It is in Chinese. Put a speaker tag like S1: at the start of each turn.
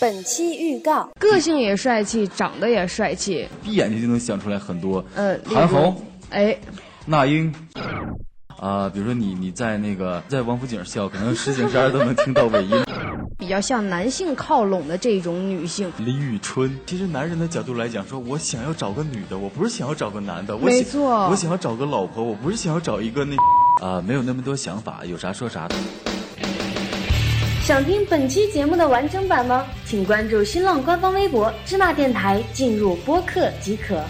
S1: 本期预告：
S2: 个性也帅气，长得也帅气，
S3: 闭眼睛就能想出来很多。
S2: 呃，例如
S3: 韩红、
S2: 哎，
S3: 那英，啊、比如说你你在那个在王府井笑，可能石景山都能听到尾 音。
S2: 比较向男性靠拢的这种女性，
S3: 李宇春，其实男人的角度来讲，说我想要找个女的，我不是想要找个男的，我
S2: 没
S3: 想
S2: 错
S3: 我想要找个老婆，我不是想要找 一个那啊、没有那么多想法，有啥说啥。
S1: 想听本期节目的完整版吗？请关注新浪官方微博“芝麻电台”，进入播客即可。